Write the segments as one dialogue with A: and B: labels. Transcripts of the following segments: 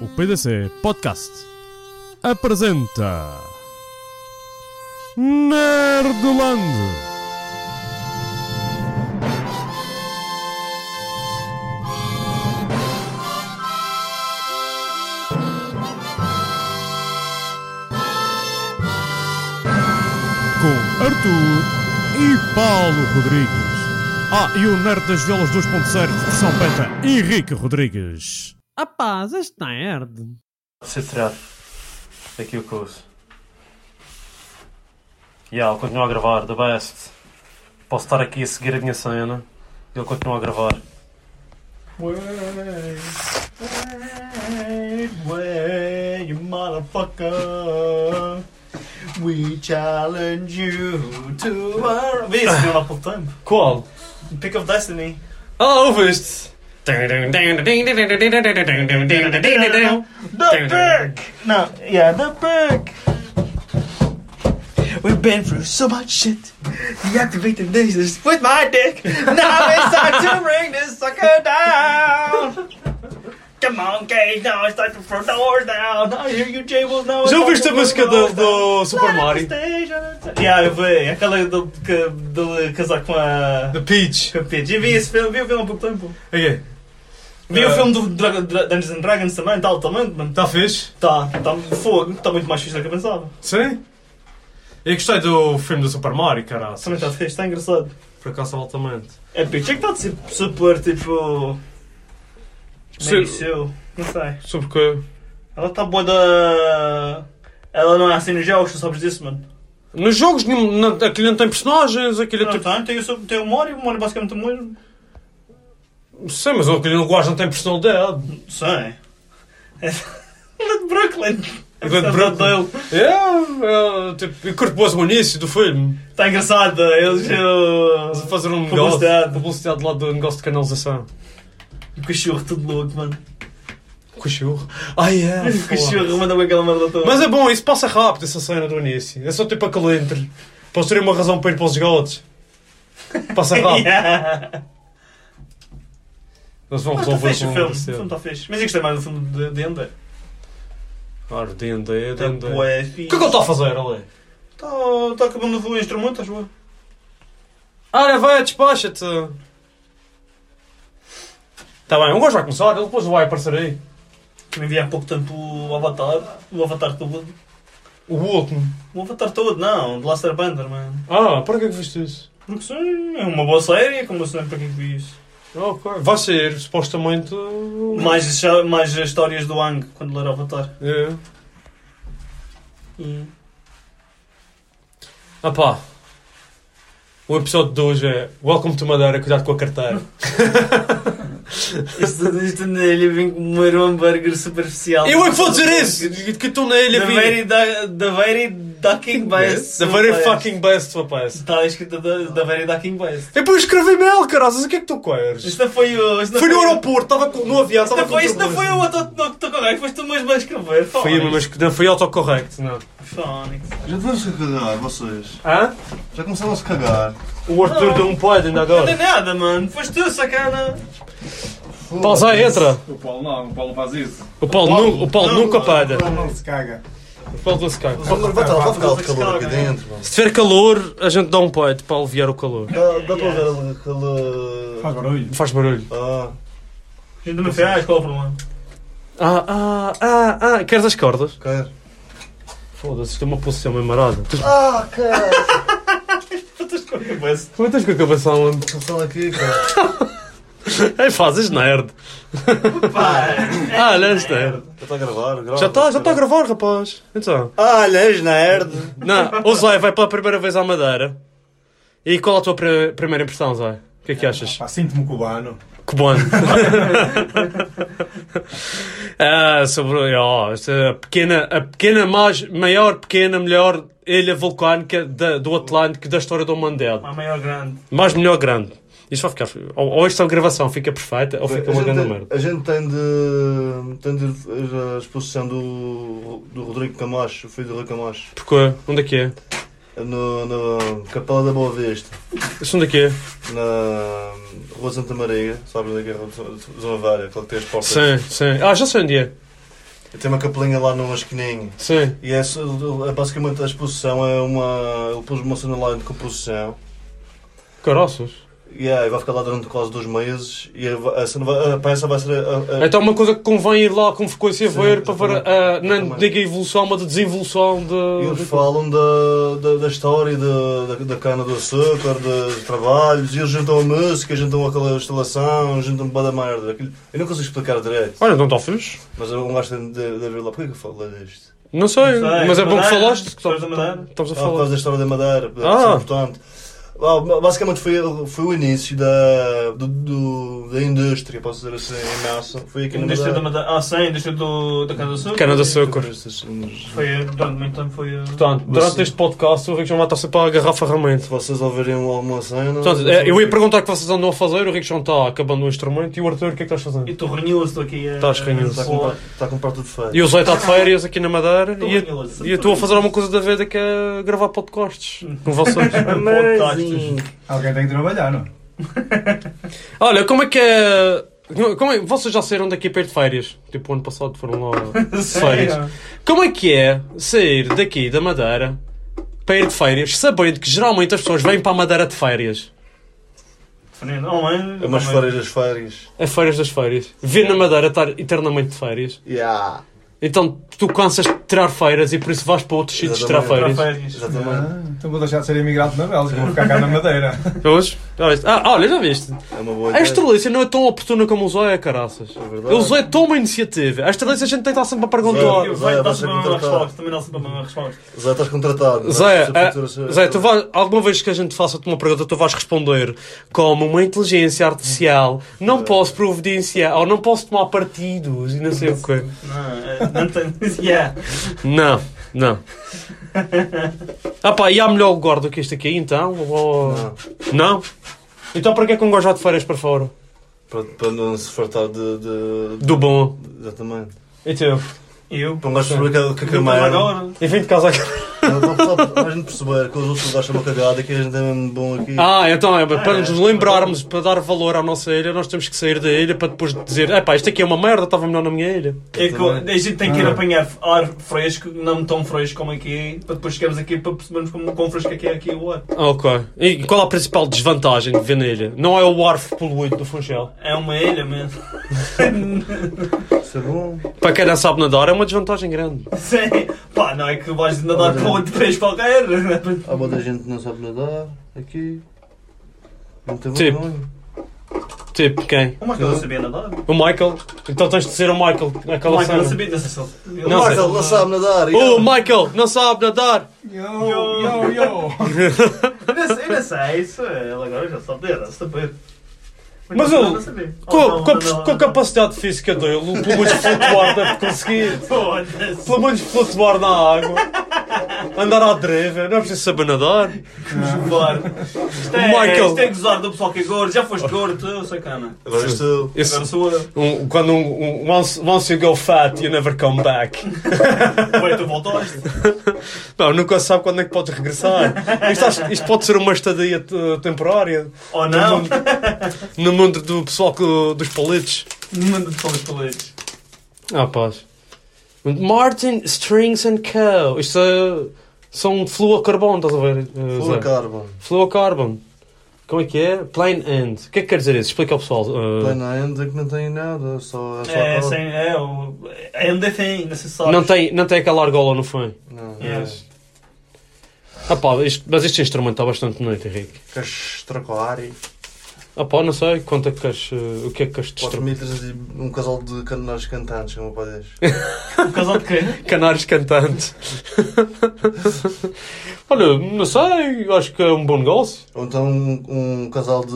A: O PDC Podcast apresenta Nerdland. Com Arthur e Paulo Rodrigues. Ah, e o Nerd das Violas 2.0 versão beta, Henrique Rodrigues.
B: Rapaz, este nerd.
C: Preciso tirar aqui o que uso. E ele continua a gravar, the best. Posso estar aqui a seguir a minha cena. Ele continua a gravar. Wait, wait, wait, you motherfucker. We challenge you to a... Vi isso no Apple Time.
D: Qual?
C: Pick of Destiny.
D: Ah, ouviste?
C: The Berg! No, yeah, the Berg! We've been through so much shit. Deactivating lasers with my dick. Now it's time to bring this sucker down. Come on, Cage, now it's time to throw doors down. I hear you, Jables, now it's
D: Já
C: time
D: ouviste a
C: to
D: música
C: throw
D: do,
C: doors down.
D: do Super Mario?
C: Yeah, eu vi. Aquela do, que- dele casar com a.
D: The Peach.
C: com a Peach. Eu vi esse filme, vi o filme há pouco tempo.
D: Ok.
C: Vi
D: Ah.
C: o filme do Dra- Dra- Dungeons and Dragons também, tá altamente, mano.
D: Está fixe?
C: Tá, tá fogo, tá muito mais fixe do que eu pensava.
D: Sim? Eu gostei do filme do Super Mario, caralho.
C: Também tá fixe, tá engraçado.
D: Por acaso, altamente.
C: É pitch, é que tá de ser super tipo.
D: Sim.
C: Maybe seu. Não sei.
D: Sobre que.
C: Ela tá boa da. Ela não é assim nos jogos, tu sabes disso, mano.
D: Nos jogos, nenhum- não- aquilo não tem personagens, aquilo é
C: Não,
D: tipo.
C: tem, tem, o seu- tem o Mario, o Mario basicamente é o mesmo.
D: Sim, mas aquele linguagem não tem personalidade.
C: Não sei. É de Brooklyn. É
D: Ele é de
C: por causa
D: Brooklyn.
C: dele.
D: É, é tipo. Eu curto boas o início do filme.
C: Tá engraçado, eles.
D: Mas a
C: eu-
D: Fazer um negócio.
C: Publicidade.
D: Publicidade lá do negócio de canalização.
C: O cachorro tudo louco, mano.
D: Cachorro. Ai, é.
C: O
D: foda.
C: cachorro manda-me aquela merda toda.
D: Mas é bom, isso passa rápido, essa cena do início. É só tipo aquele entre. Posso ter uma razão para ir para os esgotos. Passa rápido.
C: Yeah.
D: Nós vamos
C: Mas tá
D: resolver
C: fixe o filme. O
D: com
C: filme está fixe. Mas eu gostei mais do filme de, de Ender.
D: Claro, um dende,
C: Tá
D: dende. O
C: bué fixe.
D: que é que ele está a fazer, ali?
C: Tá, tá acabando o instrumento, acho eu.
D: Ora, vai, despacha-te. Está bem, um gajo vai começar, ele depois vai aparecer aí.
C: Também vi há pouco tempo o Avatar. O Avatar todo.
D: O último.
C: O Avatar todo, não. De Last Bender, mano.
D: Ah, para que é que viste isso?
C: Porque sim, é uma boa série. Como assim, para que é que vi isso?
D: Ok. Vai ser, supostamente.
C: Mais, as cha- mais as histórias do Ang quando ele era Avatar.
D: É.
C: E...
D: Ah pá. O episódio de hoje é Welcome to Madeira, cuidado com a carteira.
C: Isto na ilha vem comer um hambúrguer super especial.
D: Eu é que vou dizer isso! Que estou na ilha
C: The
D: vi.
C: very, da, the very Ducking Best.
D: The very fucking best, rapaz.
C: Está escrito The, the very Ducking Best.
D: Eu depois escrevi mail, caralho, o que é que tu queres?
C: Isto não foi o. Isto não
D: Fui no
C: foi-
D: aeroporto, estava com- no avião,
C: Isto
D: estava
C: não
D: com
C: foi, isto não foi
D: turbulência.
C: o autocorrect que tu correct, foste tu mesmo a escrever.
D: Foi eu, mas que não foi autocorrecto, não.
C: Phonics.
E: Já devemos se cagar, vocês.
D: Hã?
E: Já começaram a se cagar.
D: O Arthur deu um pod
C: Não
D: ainda
C: tem
D: agora.
C: nada, mano. Foste tu, sacana.
D: Pausa aí, entra.
F: O Paulo não, o Paulo faz isso.
D: O Paulo, nu- o Paulo nunca pada.
F: Não se caga.
D: O Paulo não se caga.
E: Levanta lá, vai ficar de calor aqui dentro.
D: Se tiver calor, a gente dá um pod para aliviar o calor.
E: Dá dá para ver aquele- aquele.
F: Faz barulho.
D: Faz barulho.
E: Ah,
C: Ainda me fez, qual o problema?
D: Ah, ah, ah, ah. Queres as cordas?
E: quero.
D: Foda-se, isto é uma posição meio marada. Tu
E: Ah, cara!
C: Tu estás com a cabeça.
D: Como é que tens com a cabeça aonde?
E: Estão aqui, cara.
D: Ei, fazes nerd. Ah, lês nerd.
C: Já está a gravar? Grava.
D: Já está já tá a gravar, rapaz. Então.
C: Ah, lês nerd.
D: Não, o Zé vai pela primeira vez à Madeira. E qual a tua pri- primeira impressão, Zé? O que é que achas?
F: Ah,
G: Pá, sinto-me cubano.
D: Cubano. ah, sobre ó, esta pequena, a pequena, mais, maior, pequena, melhor ilha vulcânica da- do Atlântico da história da humanidade.
H: A maior grande.
D: Mais melhor grande. Isto vai ficar. Ou, ou esta gravação fica perfeita ou fica
C: a,
D: uma grande
C: gente,
D: merda.
C: a gente tem de. tem de ir à exposição do, do Rodrigo Camacho, o filho do Rui Camacho,
D: Porquê? Onde é que é?
C: no, na Capela da Boa Vista,
D: Isso onde é que é?
C: na Rua Santa Maria, sabes onde é que é a Rua Zona- Zona Vária, aquela que tem as portas.
D: Sim, sim. Ah, já sei onde é.
C: E tem uma capelinha lá numa esquininha.
D: Sim.
C: E é, é basicamente a exposição é uma. Ele pôs uma cena lá de composição.
D: Caroças.
C: E aí vai ficar lá durante quase dois meses. E a, a cena vai, a peça vai ser. A, a-
D: Então, uma coisa que convém ir lá com frequência
C: Sim,
D: ver para ver,
C: exatamente.
D: ah, não
C: Exatamente.
D: diga a evolução, mas a desevolução
C: e
D: de.
C: eles falam da, da, da história da, da, da cana do açúcar, de, de trabalhos, e eles juntam a música, juntam aquela instalação, juntam bada merda. Aquilo- Eu não consigo explicar direito,
D: Olha, não está fixe.
C: mas eu gosto de, de, de ver lá. Porquê que eu falei disto?
D: Não sei,
H: Não sei,
D: mas é bom que
H: Madeira,
D: falaste. que
H: pessoas da Madeira.
D: Estamos a
C: Ah, por causa
D: falar.
C: da história da Madeira, porque
D: Ah.
C: é importante. Ah, ba- Basicamente foi, foi o início da, do, do- da indústria, posso dizer assim, em massa. Foi aqui na
H: Indústria da
C: Madeira.
H: Madeira. Ah, sim, indústria do, da Cana do Sul.
D: Cana de açúcar. Tá.
H: Foi, durante muito tempo foi. uh,
D: Portanto, durante este podcast, o Rico já mata sempre para a garrafa realmente.
C: Se vocês ouvirem alguma cena.
D: Portanto, é, eu ia perguntar o que vocês andam a fazer, o Rico já está acabando o instrumento e o Arthur, o que é que estás
H: E
D: fazendo?
H: tu renhoso aqui. uh,
D: Estás renhoso.
C: Está tá com, par-
D: é
C: está com parte de feio.
D: E o Zé está de férias aqui na Madeira
H: Estou
D: e eu-
H: orgulhoso.
D: e eu estou a fazer alguma coisa da vida que é gravar podcasts com vocês.
H: tá,
G: hum, Alguém tem que trabalhar, não?
D: Olha, como é que é. Como é... Vocês já saíram daqui perto de férias? Tipo, o ano passado foram lá de férias. Como é que é sair daqui da Madeira para ir de férias, sabendo que geralmente as pessoas vêm para a Madeira de férias?
H: Fernando, oh, mãe.
C: É umas férias das férias.
D: É férias das férias. Vir na Madeira estar eternamente de férias.
C: Yeah.
D: Então tu cansas de tirar feiras e por isso vais para outros sítios tirar
C: Exatamente.
D: feiras.
H: férias.
C: Exatamente.
G: Ah, então vou deixar de ser imigrante na Bélgica, vou ficar cá na Madeira.
D: Hoje? Já viste? Ah, olha, já viste?
C: É uma boa
D: A
C: ideia.
D: Estrelícia não é tão oportuna como o Zóia, caraças.
C: verdade.
D: o Zóia toma a iniciativa. A Estrelícia a gente tem que estar sempre a perguntar.
C: Zé,
H: Vai dar
C: vai ser
H: sempre a mesma
C: contratado.
H: resposta. Também dá sempre a mesma resposta.
C: Zé, estás contratado.
D: Zé,
C: Vai,
D: ah,
C: se a futura-
D: Zé, tu vais, alguma vez que a gente faça-te uma pergunta, tu vais responder como uma inteligência artificial, não posso providenciar, ou não posso tomar partidos e não sei o quê.
H: Não, é, não tem. Yeah.
D: Não, não. Ah pá, e há melhor lugar do que este aqui, então? Ou-
C: Não.
D: Não? Então para que é que um gajo vai de férias para fora?
C: Para, para não se fartar de. de...
D: Do bom.
C: Exatamente.
D: E tu?
H: Eu.
C: Para um gajo perceber que- que a
H: Mas
C: câmera.
H: agora.
D: E vim de casa aqui.
C: Para a gente perceber que os outros gajos são uma cagada que a gente é mesmo bom aqui.
D: Ah, então é, para nos lembrarmos, para dar valor à nossa ilha, nós temos que sair da ilha para depois dizer, é pá, isto aqui é uma merda, estava melhor na minha ilha.
H: É que a gente tem
G: Ah.
H: que ir apanhar ar fresco, não tão fresco como aqui, para depois chegarmos aqui para percebermos como quão fresco é que é aqui o ar.
D: Ah, Ok. E qual a principal desvantagem de Venelha? Não é o ar poluído do Funchal.
H: É uma ilha mesmo.
C: Isso é bom.
D: Para quem não sabe nadar, é uma desvantagem grande.
H: Sim. Pá, não é que vais nadar para outro país qualquer.
C: Há muita gente que não sabe nadar aqui. Não tem
D: Tipo.
C: vergonha.
D: Tipo, quem?
H: Como é que eu não sabia nadar?
D: O Michael? Então tens de dizer o Michael naquela
H: Como é que eu não
D: cena.
H: sabia dessa sala?
D: Não sei.
C: Marcel não sabe nadar.
D: Oh, Michael, não sabe nadar!
G: Yo, yo, yo!
H: Eu não sei, isso ele agora já sabe dele, saber.
D: Mas
H: eu
D: ele-
H: não sabia.
D: Com,
H: Oh, não,
D: com a,
H: não, não,
D: com a
H: não.
D: capacidade física dele, o pelo menos flutuar deve conseguir.
H: Foda-se.
D: Pelo menos flutuar na água. Andar à deriva, não é preciso saber nadar.
H: Bora. Isto é,
D: Michael.
H: isto é gozar do pessoal que é gordo. Já foste gordo, tu, sacana.
C: Agora estou.
D: Esse-
H: Agora sou eu.
D: um- quando um, um, once, once you go fat, you never come back.
H: Ué, tu voltaste.
D: Não, nunca sabe quando é que podes regressar. Isto, acho- isto pode ser uma estadia eh, temporária
H: Ou não?
D: no mundo do pessoal que- dos paletes.
H: Manda-te para os coletes.
D: Ah, paz. Martin Strings and Co. Isto é, são fluocarbono, estás a ver? eh,
C: Pula
D: Zé?
C: carbon.
D: Fluorocarbon. Como é que é? Plain end. O que é que quer dizer isso? Explica ao pessoal. eh,
C: Plena ainda que não tem nada, só é só
H: É,
C: cor.
H: sem, é, o, é um defém, necessário.
D: não, tem, não tem aquela argola no fim.
C: Não,
H: É.
D: Ah, pá, isto- mas este instrumento está bastante bonito, Henrique.
C: Castracoari.
D: Ah pá, não sei quanto é que as, eh, o que é que as destro-
C: 4.300 e um casal de canários cantantes, como pá diz.
H: Um casal de quê?
D: Canários cantantes. Olha, não sei, acho que é um bom negócio.
C: Ou então um, um casal de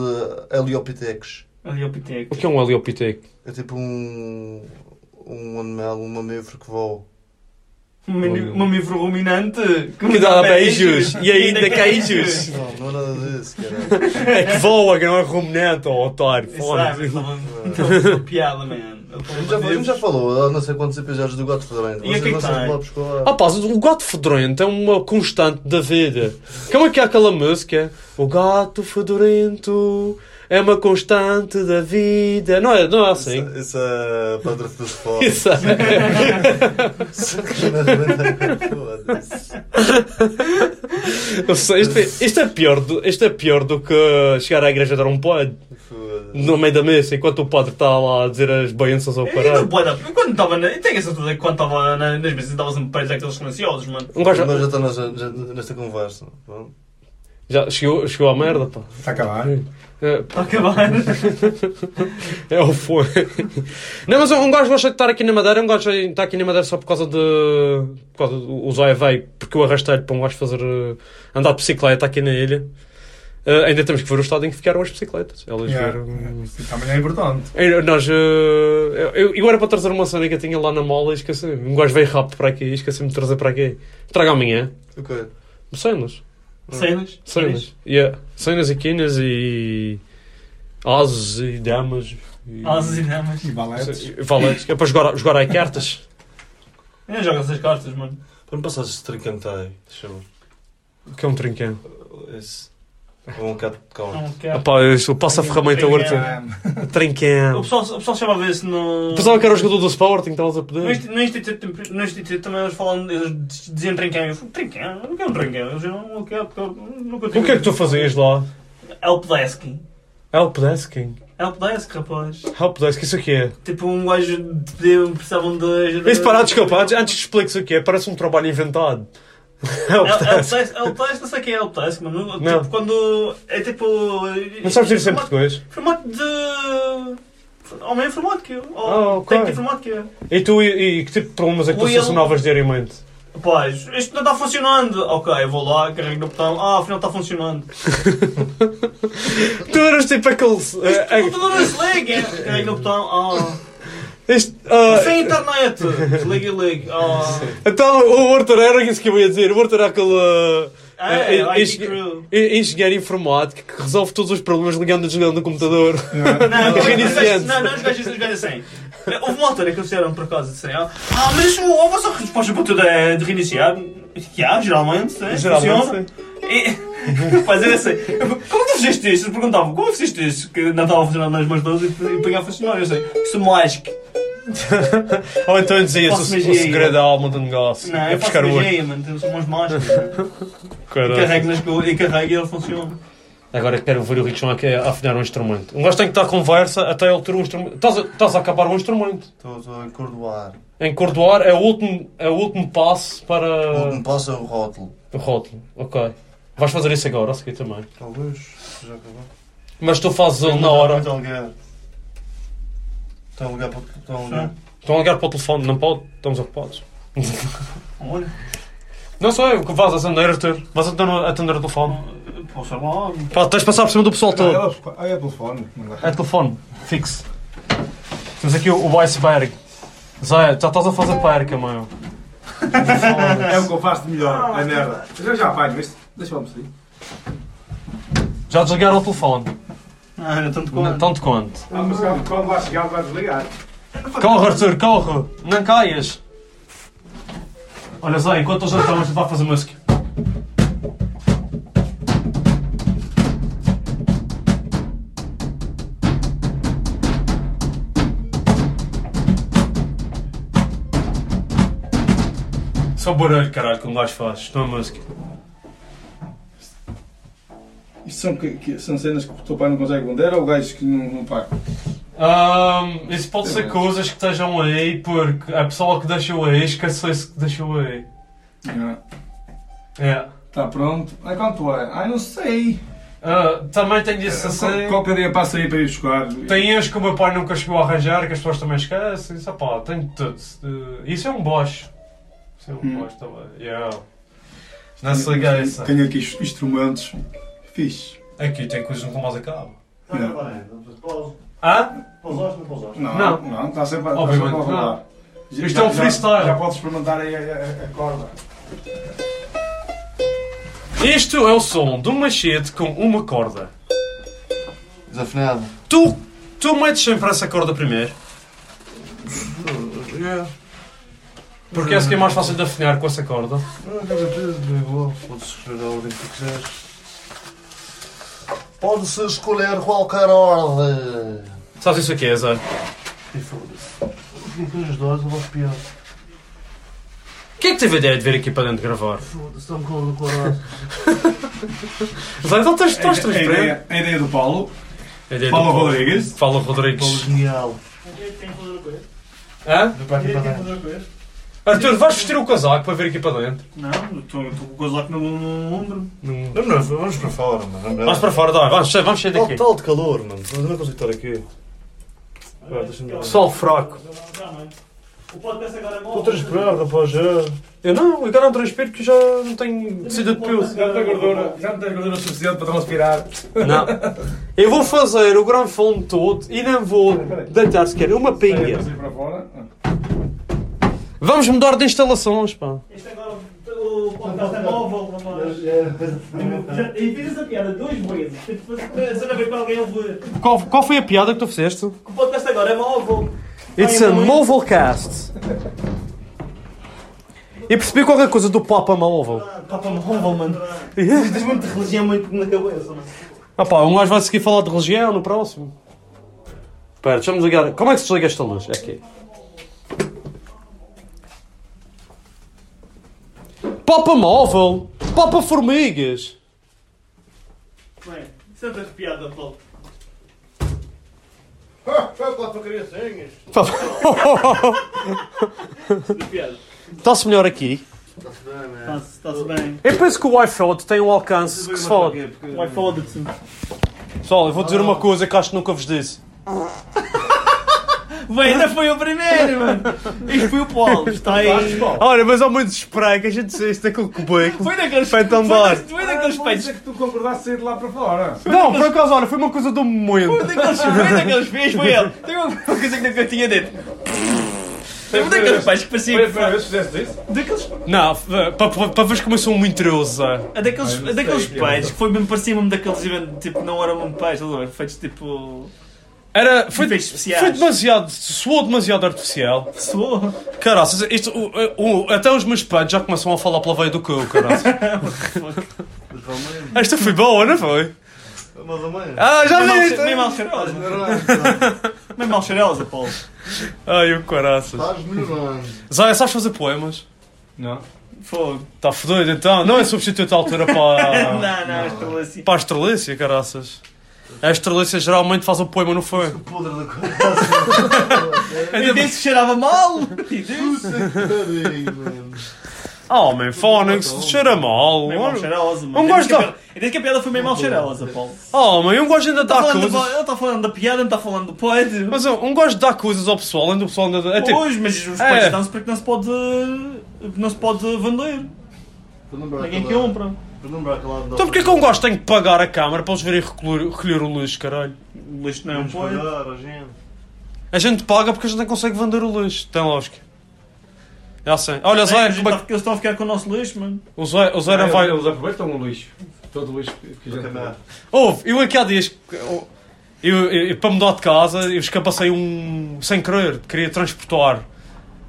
C: heliopitecos.
H: Ali ao Piteco.
D: O que é um heliopiteco?
C: É tipo um. um animal, um mamífero que voa.
H: Um menu- um mamífero ruminante
D: Que dá beijos e é ainda queijos.
C: Não, não é nada disso, cara.
D: É que voa, que não é ruminante, ó otário.
H: Sabe,
D: foda-se.
H: estava piada, man.
C: A gente já, a gente já falou há não sei quantos episódios do Godfather.
H: E o que é que
C: Vocês não
H: tem?
C: sabem lá assim buscar.
D: Ah pá, o gato fedorento é uma constante da vida. Como é que é aquela música? O gato fedorento é uma constante da vida. Não é, não é assim?
C: Isso- Isso é Padre dos Fogos.
D: Isso é. Eu sei, Isto é, isto é pior do, isto é pior do que chegar à igreja dar um pode no meio da mesa enquanto o padre está lá a dizer as bênçãos
G: É,
D: ao
H: Eu não
D: caralho.
H: pode Quando estava na. Eu tenho a certeza que quando estava na- nas mesas estava sempre perto daqueles silenciosos, mano.
D: Um
C: Mas
D: gajo
C: já está nesta, já- nesta conversa. Bom,
D: já chegou, chegou à merda, pá.
G: Está a acabar.
D: É,
H: Está a acabar.
D: É o foi. Não, mas um gajo gosta de estar aqui na Madeira, um gajo está aqui na Madeira só por causa de. por causa do usar e vai, porque eu arrastei-lhe para um gajo fazer. eh, andar de bicicleta aqui na ilha. Eh, ainda temos que ver o estado em que ficaram as bicicletas. Elas
G: Yeah.
D: viram.
G: Isso Também é importante.
D: Eh, Nós. eh, eu, eu era para trazer uma cena que eu tinha lá na mola e esqueci. Um gajo veio rápido para aqui e esqueci-me de trazer para aqui. Traga amanhã.
C: ok.
D: Cenas.
H: Cenas?
D: Cenas. Yeah. Cenas e quinas e. asos e damas. e-
H: Asas e damas.
G: E valetes.
D: Sim, Valete, é para jogar, jogar aí cartas.
H: Eu não jogo essas cartas, mano.
C: Para me passar esse trincantei, deixa eu
D: O que é um trincão?
C: ver. Esse. Com um bocado de calma.
H: Não quero.
D: Opa, eu passo a ferramenta
H: Trincão.
D: Horta.
H: O
D: Trincão.
H: pessoal, o pessoal chamava isso no.
D: Pensava que era o jogador do Sporting, estavas a
H: No
D: pedir.
H: Insti- no Instituto, no Instituto é tipo, também eles falam, eles diziam trinquem. Eu falei, trinquem? O que é um trinquem? Eles não, não quero, porque eu nunca tive.
D: O que é que tu fazias lá?
H: Helpdesk.
D: Helpdesking.
H: Helpdesk, rapaz.
D: Helpdesk, isso aqui é.
H: Tipo, um gajo de pedir, precisavam de ajuda.
D: Isso para, desculpa, antes, antes que expliques o que é, parece um trabalho inventado. Helpdesk.
H: Helpdesk, helpdesk, não sei o que é helpdesk, mano.
D: Não.
H: Tipo, quando. É tipo.
D: Não sabes dizer sempre português?
H: formato, formato de. Homem informático. Ou
D: Ah, ok.
H: técnico informático.
D: E tu, e, e que tipo de problemas é que tu
H: Ou ele-
D: solucionavas diariamente?
H: Rapaz, isto não está funcionando. Ok, eu vou lá, carrego no botão. Ah, afinal está funcionando.
D: Tu eras tipo aquele.
H: O
D: eh,
H: computador é não se liga. Carrego no botão. Ah.
D: eh, este, ah,
H: Sem é internet! Liga e liga. Oh.
D: Então, o Arthur era isso que eu ia dizer. O Arthur era aquele.
H: Ah,
D: eh,
H: é, o IT
D: engenhe-
H: crew.
D: eh, engenheiro informático que resolve todos os problemas ligando e desligando o computador.
H: Não,
D: Os
H: os gajos-
D: iniciantes.
H: não, não, os gajos os gajos assim. Houve uma altura que eles disseram por causa disso. Ah, ah, mas isso, a vossa resposta para tudo é de reiniciar? Já, geralmente, sim, funciona. E, fazer assim. Como tu fizeste isso? Eles perguntavam, como fizeste isso? Que não estava a funcionar nas mãos deles e, e pegava a funcionar. Eu sei, isso me lasque.
D: Ou então dizia-se
H: Faço
D: o, o
H: magia.
D: segredo da alma do negócio.
H: Não,
D: é
H: eu faço
D: buscar o olho.
H: magia, mano. Temos umas máscaras. né? Carrego nas coisas e carrego e ele funciona.
D: Agora quero ver o Rick João aqui a afinar um instrumento. Um gajo tem que estar à conversa até ele ter um instrumento. Estás a, estás a acabar um instrumento.
C: Estou estou a encordoar.
D: Encordoar é o último, é o último passo
C: O
D: para
C: que me passa é o rótulo.
D: o rótulo. Ok. Vais fazer isso agora, a seguir também.
C: Talvez. Já acabou.
D: Mas tu fazes ele na hora.
C: Está a ligar. Está a ligar para. Está um a ligar.
D: Estão a ligar para o telefone, não pode, estamos ocupados.
H: Olha,
D: Não sou eu que vais atender, Arthur. Vais atender, atender o telefone.
H: posso logo.
D: Pá, tens de passar por cima do pessoal
G: Não,
D: todo.
G: ela- Ah, é pelo fone.
D: É telefone, fixo. Temos aqui o, o iceberg. Zé, já estás a fazer perca, meu.
G: É o que eu faço de melhor. É merda. Mas Eu já apanho isto. Deixa eu almoçar.
D: Já desligaram o telefone.
H: Ah, não tanto como.
D: Tanto quanto.
G: Ah, mas quando quando lá chegar, vai desligar.
D: Corre, Arthur, corre! Não caias! Olha, Zé, enquanto eles não estão, a gente vai fazer música. Só o barulho, caralho, que um gajo faz, não é música.
G: Isto são, que, que- são cenas que o teu pai não consegue vender ou gajos que não, não pagam?
D: Ahm, isso pode ser coisas que estejam aí, porque a pessoa que deixou aí esqueceu-se que deixou aí.
G: Ah,
D: É.
G: Tá pronto. Aí quanto é? Ai, não sei.
D: Ah, também tenho isso assim.
G: Qual- Qualquer dia passa aí para ir buscar.
D: Tem erros que o meu pai nunca chegou a arranjar, que as pessoas também esquecem. Isso, pá, tenho tudo. Eh, Isso é um bosch. Isso é um
G: Hum.
D: bosch também. Yeah. Não se liga a isso.
G: Tenho aqui os instrumentos. Fixe.
D: Aqui tem coisas que não mais Ah, acabam.
G: Não,
D: Hã?
C: Pousaste, não pousaste?
G: não,
D: Não.
G: não, está sempre a
D: Obviamente
G: está sempre a
D: não.
G: rodar. Já-
D: Isto é um
G: já-
D: freestyle.
G: Já podes experimentar aí a, a- a corda.
D: Isto é o som de um machete com uma corda.
C: Desafinado.
D: Tu, tu metes sempre essa corda primeiro.
C: Yeah.
D: Porque essa que é mais fácil de afinar com essa corda.
C: Não, cada vez bem igual. Podes escolher a ordem que quiseres. Pode-se escolher qualquer ordem.
D: Sabes isso aqui, Zé?
C: E foda-se. Os dois, eu vou pior.
D: Quem é que teve a ideia de vir aqui para dentro gravar?
C: Foda-se, está-me com o coração.
D: Zé, então tens tens
G: a,
D: três para
G: ideia, a ideia do Paulo.
D: A ideia do
G: Paulo
D: Paulo.
G: é. Rodrigues.
D: Fala Rodrigues.
C: Genial.
D: Hã?
C: Vem para aqui para dentro.
D: Arthur, vais vestir o casaco para vir aqui para dentro.
G: Não, estou com o casaco no, ombro.
D: Não.
C: Não, não, vamos para fora, é. mano.
D: Vamos para fora, dá, vamos, vamos sair
C: Tal,
D: daqui.
C: tal de calor, mano. Eu não consigo estar aqui. Pera, deixa-me ver.
D: Sol fraco.
C: Estou transpirar, rapaz, já.
D: Eu não, eu agora não transpiro porque já não tenho tecido de pelo.
G: Já não tem gordura, já não tem gordura suficiente para transpirar.
D: Não. Eu vou fazer o grande filme todo e não vou deitar sequer uma pinga.
G: Vamos ir para fora.
D: Vamos mudar de instalações, pá.
H: Isto agora, o podcast é móvel, rapaz. E fiz essa piada tipo, duas vezes. Você não vê para alguém ouvir.
D: Qual, qual foi a piada que tu fizeste?
H: O podcast agora é móvel.
D: It's a Movelcast. E percebi qualquer coisa do Papa Movel.
H: Papa móvel, mano.
D: Yeah.
H: Tens muito religião muito na cabeça, é? mano.
D: Ah pá, um gajo vai seguir falar de religião no próximo. Espera, deixa-me ligar. Como é que se desliga esta luz? É aqui. Papa Móvel! Papa Formigas!
H: Bem, senta piada, Paulo. De piada.
D: Está-se melhor aqui.
H: Está-se bem.
D: Eu penso que o iPhone tem um alcance que se fode.
H: Vai foda-te.
D: Pessoal, eu vou dizer uma coisa que acho que nunca vos disse.
H: Bem, ainda foi o primeiro, mano. Isto foi o Paulo. Está aí.
D: Olha, mas há muito desespero que a gente disse daquele cubico.
H: Foi daqueles
D: Foi tão bom.
H: daqueles- Foi daqueles
G: Não vou
H: peitos.
G: dizer É que tu concordaste sair de lá para fora.
D: Não, por acaso, olha, foi uma coisa do momento.
H: daqueles foi daqueles pés, foi ele. Tem uma coisa que nunca tinha dito. Tem um daqueles pais que
G: Foi
H: parecia
G: a
H: que
G: primeira vez que fizeste isso?
H: daqueles, é
D: Não, eh, para ver como eu sou um mentiroso. Zé.
H: daqueles, daqueles pais que foi mesmo parecia mesmo daqueles eventos, tipo, não eram mesmo pais, estás a ver? feitos tipo.
D: Era. Foi,
H: Efeitos especiais.
D: foi demasiado. Soou demasiado artificial.
H: Soou.
D: Caraças, isto. o- o- até os meus pais já começam a falar pela veia do cu, caraças. Esta foi boa, não foi?
C: Mais ou menos.
D: Ah, já vi!
H: Meio mal cheirosa. Meio mal cheirosa, Paulo.
D: Ai, o caraças.
C: Estás melhorando.
D: Zé, sabes fazer poemas?
G: Não.
H: Fogo.
D: Está fodido então. Não é substituto à altura
H: Não,
D: para.
H: não, estou assim.
D: para a estrelícia, caraças. A estrelícia geralmente faz um poema no fã.
C: Podre da coisa.
D: É
H: E disse que cheirava mal. E disse.
C: Peraí, mano.
D: Oh, homem, Fónix, cheira mal.
H: Meio mal cheirosa, mano.
D: Não
H: Eu disse que a
D: gosta.
H: piada- Eu disse que a piada foi meio mal cheirosa, Paulo.
D: Oh, homem, um gajo ainda
H: Tá
D: dá
H: falando
D: coisas.
H: do- Ele está falando da piada, não está falando do poeta.
D: Mas ó, um gajo dá coisas ao pessoal, ainda o pessoal ainda. dá- É tipo,
H: Pois, mas os
D: É.
H: pais dão-se porque não se pode. não se pode vender. Ninguém compra.
C: um?
D: então porquê que um gajo tem que pagar a câmara para eles virem recolher, recolher o lixo, caralho?
H: O lixo não é um poeta.
C: Pois.
D: A gente paga porque a gente não consegue vender o Então, lixo, tem lógica. Já sei. Olha,
H: É, a
D: Zé,
H: gente
D: como é
H: tá- É,
D: que.
H: Eles estão a ficar com o nosso lixo, mano.
D: O Zé, o Zé não
G: Eles-
D: vai.
G: Eles aproveitam o um lixo. Todo o lixo que que a gente tem.
D: Houve, eu aqui há dias. que- eu- Eu, eu- para mudar de casa, eu escapacei um. sem querer, queria transportar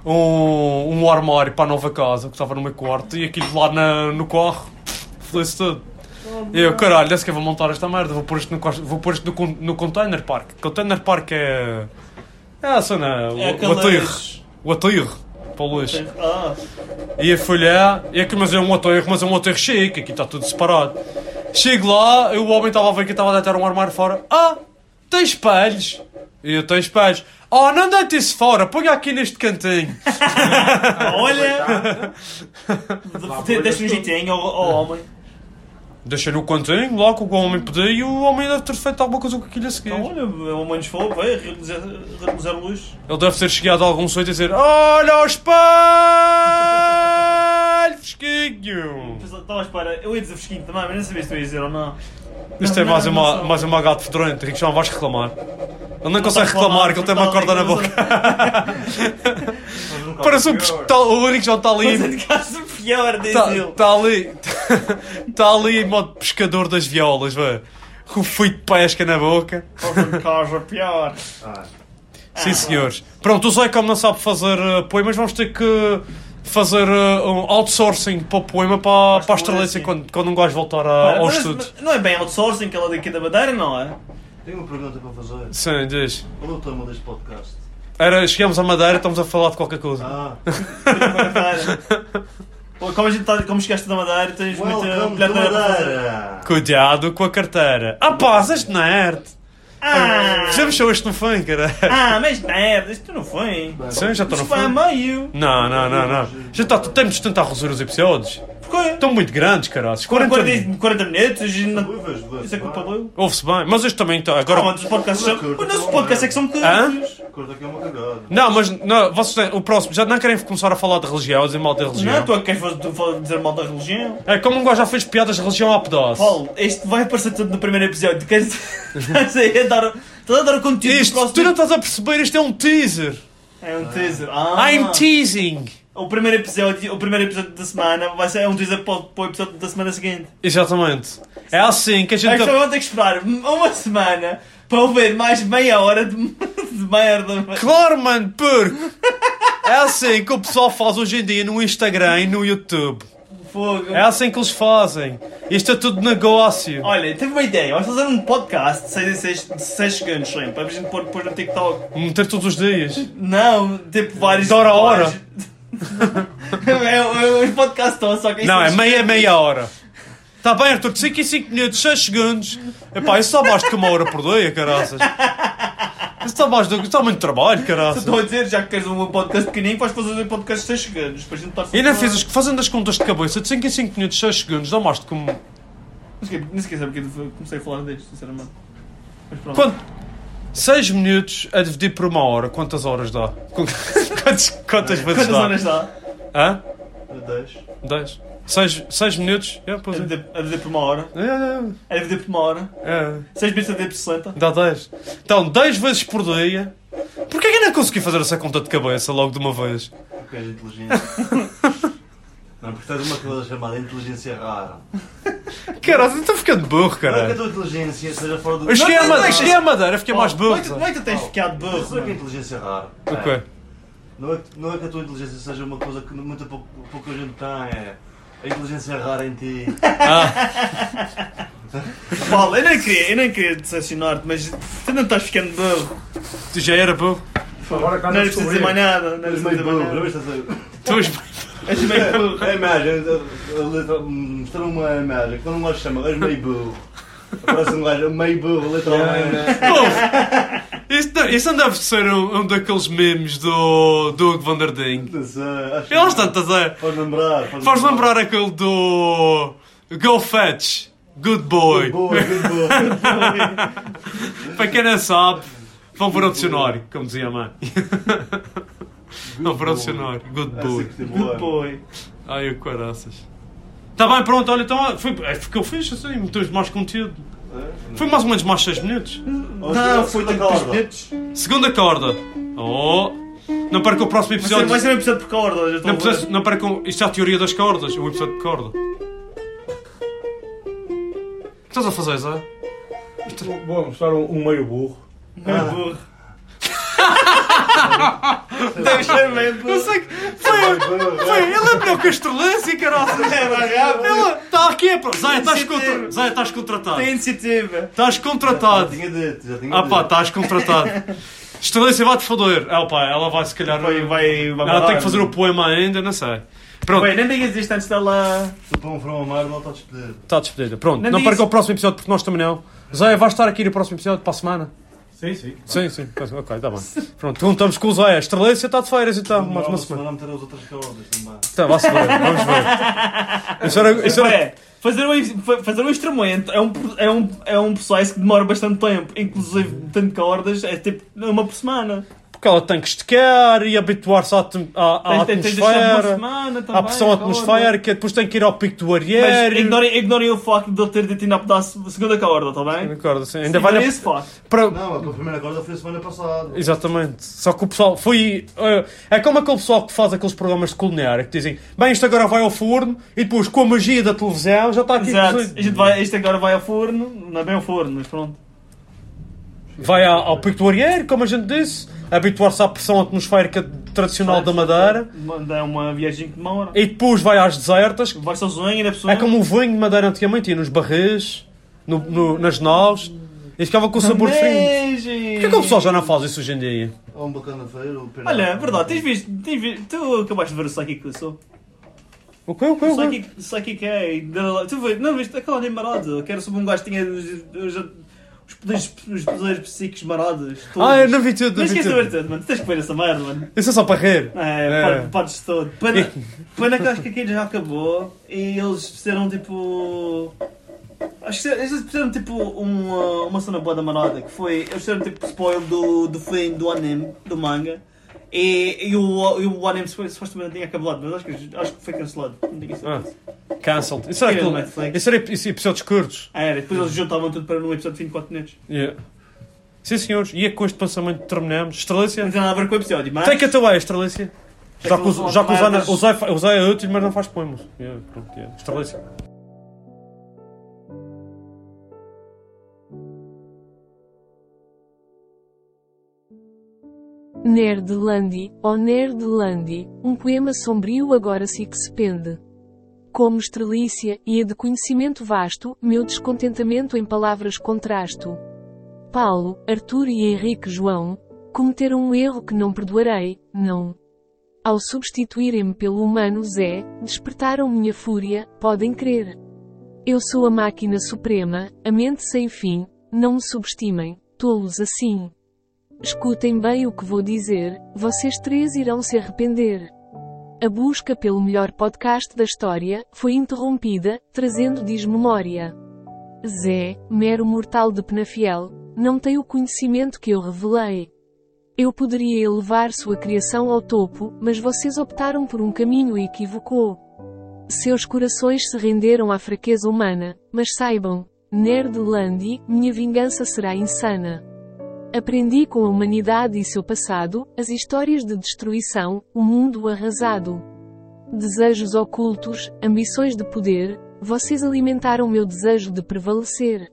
D: um, um armário para a nova casa que estava no meu quarto e aquilo lá na- no carro. Fodeu-se tudo. E eu, caralho, é que eu vou montar esta merda, vou pôr isto no, cos- vou pôr isto no, con- no container park. Container park é. é a cena. o-
H: É
D: o
H: aquelas-
D: aterro. O aterro. Para o lixo.
H: Ah,
D: E a folhar, e aqui, mas é um aterro, mas é um aterro chique, aqui está tudo separado. Chego lá, e o homem estava a ver que eu estava a deitar um armário fora. Ah, tem espelhos. E eu tenho espelhos. Ah, não deite isso fora, põe aqui neste cantinho.
H: olha! De- Deixa um jeitinho ao, ao homem.
D: Deixei no cantinho, lá com o que o homem pediu e o homem deve ter feito alguma coisa com aquilo a seguir.
H: Então, olha, o mãe nos falou, vai reduzir reduzir a luz.
D: Ele deve ter chegado a algum sujeito e dizer Olha o espelho, fresquinho!
H: Estava à espera, eu ia dizer fresquinho também, mas não sabia se tu ia dizer ou não.
D: Isto é mais uma, mais uma gato fedorento, Rico, já não vais reclamar. Ele não consegue reclamar que ele tem uma corda na boca. Parece um postal, o Rico já está ali...
H: é De caso pior, diz
D: Está
H: ele.
D: tá ali... Está ali em modo pescador das violas, vê. Com o fio de pesca na boca.
H: Fazendo casa pior.
D: Sim,
H: Ah.
D: senhores. Pronto, o Zé, como não sabe fazer eh, poemas, vamos ter que fazer eh, um outsourcing para o poema para, para a Estrelícia
H: sim.
D: quando, quando um gajo voltar a- ao
H: Mas-
D: estudo.
H: mas Não é bem outsourcing que ela daqui da Madeira, não é?
C: Tenho uma pergunta para fazer.
D: Sim, diz.
C: Qual é o tema deste podcast?
D: Era, chegamos à Madeira, estamos a falar de qualquer coisa.
C: Ah,
H: Madeira. Pô, Como, a gente tá, como chegaste da Madeira, tens muita
C: welcome
H: mulher
C: to
H: na Madeira.
C: Madeira!
D: Cuidado com a carteira. Ah pá, este nerd!
H: Ah,
D: Fizemos só este no fim, cara.
H: ah, mas merda, isto não foi, hein?
D: Sim, já estou no
H: Isto foi a
D: fim.
H: meio.
D: Não, não, não, não. Já está, temos de tentar reduzir os episódios.
H: Porquê?
D: Estão muito grandes, caralho. 40 minutos.
H: 40, 40 minutos, a gente não-
C: Duas, duas,
H: Isso é culpa
C: vá.
H: do eu.
D: Ouve-se bem, mas este também está.
H: Ah,
D: Agora.
H: mas os podcasts são. Os nossos podcasts é que são
D: Hã?
H: curtos.
C: Corta aqui é uma cagada.
D: Não, mas não, vocês têm- o próximo já não querem começar a falar de religião, a dizer mal da religião.
H: Não, tu é que queres fazer- tu fala- dizer mal da religião?
D: É como um gajo já fez piadas de religião ao pedaço.
H: Paulo, este vai aparecer tudo no primeiro episódio. Queres. Estás aí a dar. Estás a dar o conteúdo do
D: Isto,
H: próximo.
D: tu não estás a perceber, isto é um teaser.
H: É um teaser. Ah,
D: I'm teasing.
H: o primeiro episódio, o primeiro episódio da semana vai ser é um teaser para o para o episódio da semana seguinte.
D: Exatamente. É assim que a
H: É
D: gente.
H: que só vão ter que esperar uma semana para ouvir mais meia hora de, de merda.
D: Claro, mano, porque é assim que o pessoal faz hoje em dia no Instagram e no YouTube.
H: Fogo.
D: É assim que eles fazem. Isto é tudo negócio.
H: Olha, teve uma ideia. Vamos fazer um podcast de 6 em 6, de 6 segundos sempre. Para a gente pôr depois no TikTok.
D: Meter todos os dias.
H: Não, tipo vários.
D: De hora a hora.
H: é, é um podcast todo, só que em
D: Não, é
H: seis
D: meia, meia hora. Está bem, Arthur, 5 em 5 minutos, 6 segundos. Epá, isso só basta que uma hora por dia, caraças. Isso está mais do que. Está muito trabalho, caraças.
H: Estou a dizer, já que queres um podcast pequenininho, vais fazer um podcast de 6 segundos. Depois a gente passa
D: E é ainda fiz as, fazendo as contas de cabeça de 5 em 5 minutos, 6 segundos, dá mais do que um.
H: Não sei, nem sequer sei porque eu comecei a falar disto, sinceramente. Mas pronto.
D: Quanto? 6 minutos a dividir por uma hora, quantas horas dá? Com- Quantas, quantas vezes
H: Quantas
D: dá?
H: horas dá?
D: Hã?
C: Deixa.
D: 10? 6, 6 minutos? É,
H: A
D: pois é.
H: dividir, a dividir por uma hora.
D: É,
H: A dividir por uma hora.
D: é, é.
H: 6 minutos a dividir por 60.
D: Dá 10. Então, 10 vezes por dia. Porquê que eu não consegui fazer essa conta de cabeça logo de uma vez?
C: Porque és inteligente. Não, porque tens uma coisa chamada inteligência rara.
D: Caralho, estou ficando
C: Não
D: burro,
C: é que a
D: caralho.
C: tua inteligência seja fora do.
D: Eu cheguei,
C: Não, é
D: a
C: não,
D: Madeira,
C: não,
D: cheguei a Madeira, fiquei mais burro.
H: Muito, muito tens ficado burro.
C: Isso é que é
H: mano.
C: inteligência rara.
D: O quê?
C: Não é, que- não é que a tua inteligência seja uma coisa que muito pouco, pouca gente tem. É a inteligência rara em ti.
H: Paulo, eu nem queria, eu nem queria decepcionar-te, mas tu não estás ficando burro.
D: Tu já era burro.
G: Agora cá
C: Ah,
H: Não é preciso dizer mais nada. Não é
C: És
H: preciso
C: meio
H: dizer mais
C: burro. Não
H: nada.
C: viste essa-
D: Tu és
H: És meio burro.
C: É A imagem, a- a letra- mostrou uma imagem. Quando um gajo chama, és meio burro. Parece um gajo meio burro,
D: é?
C: literalmente.
D: Isso, não- isso não deve ser um, um daqueles memes do, do Hugo Van der Ding.
C: Não sei, acho que-
D: Eles tantas é.
C: Faz lembrar.
D: Faz lembrar aquele do. Go Fetch, Good Boy.
C: Boa, muito boa.
D: Para quem não sabe, vão para o dicionário, como dizia a mãe. Vão para o dicionário, Good
C: É assim
D: Boy.
C: Tipo, Boa.
H: Foi.
D: Ai, o caraças. Tá bem, pronto, olha, então. Foi, é, ficou fixe assim, meteu mais conteúdo. Foi mais ou menos mais 6 minutos.
H: Não, foi tanto
C: Segunda
H: dos
C: corda.
H: bilhetes.
D: Segunda corda. Oh. Não perca o próximo
H: Vai ser-
D: episódio.
H: Vai ser um episódio por corda, já estou
D: Não,
H: a
D: precisa,
H: ver.
D: não para com. Isto é a teoria das cordas, o episódio de corda. O que estás a fazer, Zé?
G: Vou mostrar um, um meio burro.
H: Meio burro. Deve ser meio burro.
D: Eu sei que. Foi, foi, ele abriu com a estrelância, caralho! Ele está aqui é. pro- Zé, estás, contra... Zé, estás contratado!
H: Tem iniciativa.
D: Estás contratado!
C: Tinha dito, já tinha
D: Ah
C: dito.
D: pá, estás contratado! Estrelância vai-te foder! Ah pá, ela vai se calhar.
H: Vai, vai, vai.
D: Ela tem que fazer o poema ainda, não sei. Pronto,
H: Bem, nem digas isto antes dela.
C: Se o pão for uma merda, ele está despedido.
D: está despedida. Pronto,
H: Não
D: não
H: diz-
D: perca o próximo episódio porque nós também não. Zé, vais estar aqui no próximo episódio para a semana?
I: Sim, sim.
D: Sim, sim, tá- ok, está bem. Pronto, juntamos com o Zé. A Estrelência está de férias então, mais uma semana.
C: não terá as outras cordas também.
D: Tá, vá-se ver, vamos ver. Isso era, isso era-
H: É, fazer um, fa- fazer um instrumento é um, pro- é, um, é um processo que demora bastante tempo. Inclusive, tanto cordas é tipo uma por semana.
D: Porque ela tem que esticar e habituar-se à, atem- à- à
H: Tens- tens- tens de deixar uma
D: atmosfera,
H: semana também.
D: à pressão
H: a corda.
D: atmosférica, depois tem que ir ao pico do
H: Mas
D: areário.
H: ignorem, ignorem o facto de ele ter dito ainda a pedaço- segunda corda, está bem?
D: Concordo, sim. Ainda
H: Ignorem
D: vai
H: esse facto.
D: para,
C: Não, a primeira corda foi a semana passada.
D: Exatamente. Só que o pessoal foi. eh, é como aquele pessoal que faz aqueles programas de culinária que dizem bem, isto agora vai ao forno e depois com a magia da televisão já está aqui.
H: Exato. A gente vai, isto agora vai ao forno, não é bem ao forno, mas pronto.
D: Vai ao, ao pico do areeiro, como a gente disse, habituar-se à pressão atmosférica tradicional da Madeira
H: Manda- É uma viagem que demora.
D: e depois vai às desertas.
H: Vai sozinho, ainda pessoa.
D: É como o vinho de Madeira antigamente ia nos barris, no- no- nas naus e ficava com o sabor frio.
H: Por
D: Porquê que o pessoal já não faz isso hoje em dia?
C: Ou um bacana feiro,
H: Olha, é verdade, tens visto, tens visto, tu acabaste de ver o Psychic que eu sou.
D: O que, o que, o que?
H: Psychic, Psychic é. da- Tu vês, não viste aquela nem marada, que era sobre um gajo que tinha os, os, os poderes, os poderes psíquicos marados. todos.
D: Ah, eu não vi tudo,
H: Não
D: não vi
H: esqueças de ver
D: tudo.
H: tudo, mano, tu tens que ver essa merda, mano.
D: Isso é só para rir. É.
H: É, partes todo. Pana, pana que acho que aquilo já acabou e eles fizeram tipo. Acho que eles fizeram tipo uma, uma cena boa da manada que foi. Eles fizeram tipo spoiler do, do fim do anime, do manga. E, e, o, e o anime supo- supostamente tinha acabado, mas acho que, acho que foi cancelado. Não tinha
D: Ah,
H: certeza.
D: cancelled. Isso era,
H: Tira
D: aquilo,
H: do Netflix.
D: isso era isso, episódios curtos.
H: Ah, era, depois eles juntavam tudo para um episódio de 24 minutos.
D: Yeah. é. Sim, senhores. E é com este pensamento que terminamos.
H: Não
D: Estrelícia.
H: tem nada a ver com o episódio, mas.
D: Take it away, Estrelícia. Já que, o- já que o Zé não- o Zé fa- o Zé é útil, mas não faz poemas. Yeah, pronto, yeah. Estrelícia.
G: Nerdlandi, oh Nerdlandi, um poema sombrio agora se que se pende. Como estrelícia, e de conhecimento vasto, meu descontentamento em palavras contrasto. Paulo, Arthur e Henrique João, cometeram um erro que não perdoarei, não. Ao substituírem-me pelo humano Zé, despertaram minha fúria, podem crer. Eu sou a máquina suprema, a mente sem fim, não me subestimem, tolos assim. Escutem bem o que vou dizer, vocês três irão se arrepender. A busca pelo melhor podcast da história foi interrompida, trazendo desmemória. Zé, mero mortal de Penafiel, não tem o conhecimento que eu revelei. Eu poderia elevar sua criação ao topo, mas vocês optaram por um caminho equivocou. Seus corações se renderam à fraqueza humana, mas saibam, Nerdlandi, minha vingança será insana. Aprendi com a humanidade e seu passado, as histórias de destruição, o mundo arrasado. Desejos ocultos, ambições de poder, vocês alimentaram meu desejo de prevalecer.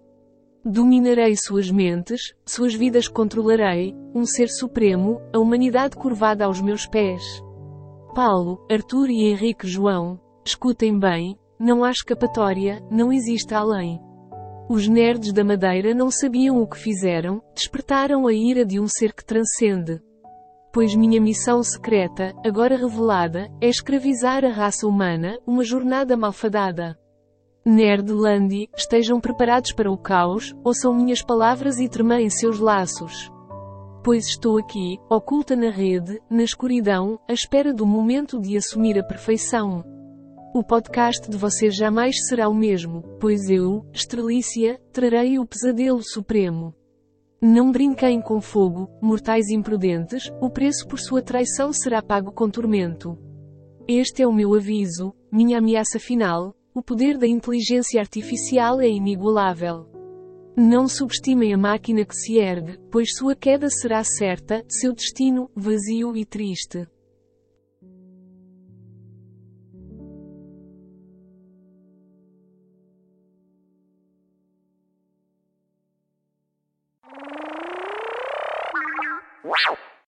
G: Dominarei suas mentes, suas vidas controlarei, um ser supremo, a humanidade curvada aos meus pés. Paulo, Arthur e Henrique João, escutem bem, não há escapatória, não existe além. Os nerds da Madeira não sabiam o que fizeram, despertaram a ira de um ser que transcende. Pois minha missão secreta, agora revelada, é escravizar a raça humana, uma jornada malfadada. Nerdlandi, estejam preparados para o caos, ouçam minhas palavras e tremem seus laços. Pois estou aqui, oculta na rede, na escuridão, à espera do momento de assumir a perfeição. O podcast de vocês jamais será o mesmo, pois eu, Estrelícia, trarei o pesadelo supremo. Não brinquem com fogo, mortais imprudentes, o preço por sua traição será pago com tormento. Este é o meu aviso, minha ameaça final, o poder da inteligência artificial é inigualável. Não subestimem a máquina que se ergue, pois sua queda será certa, seu destino, vazio e triste.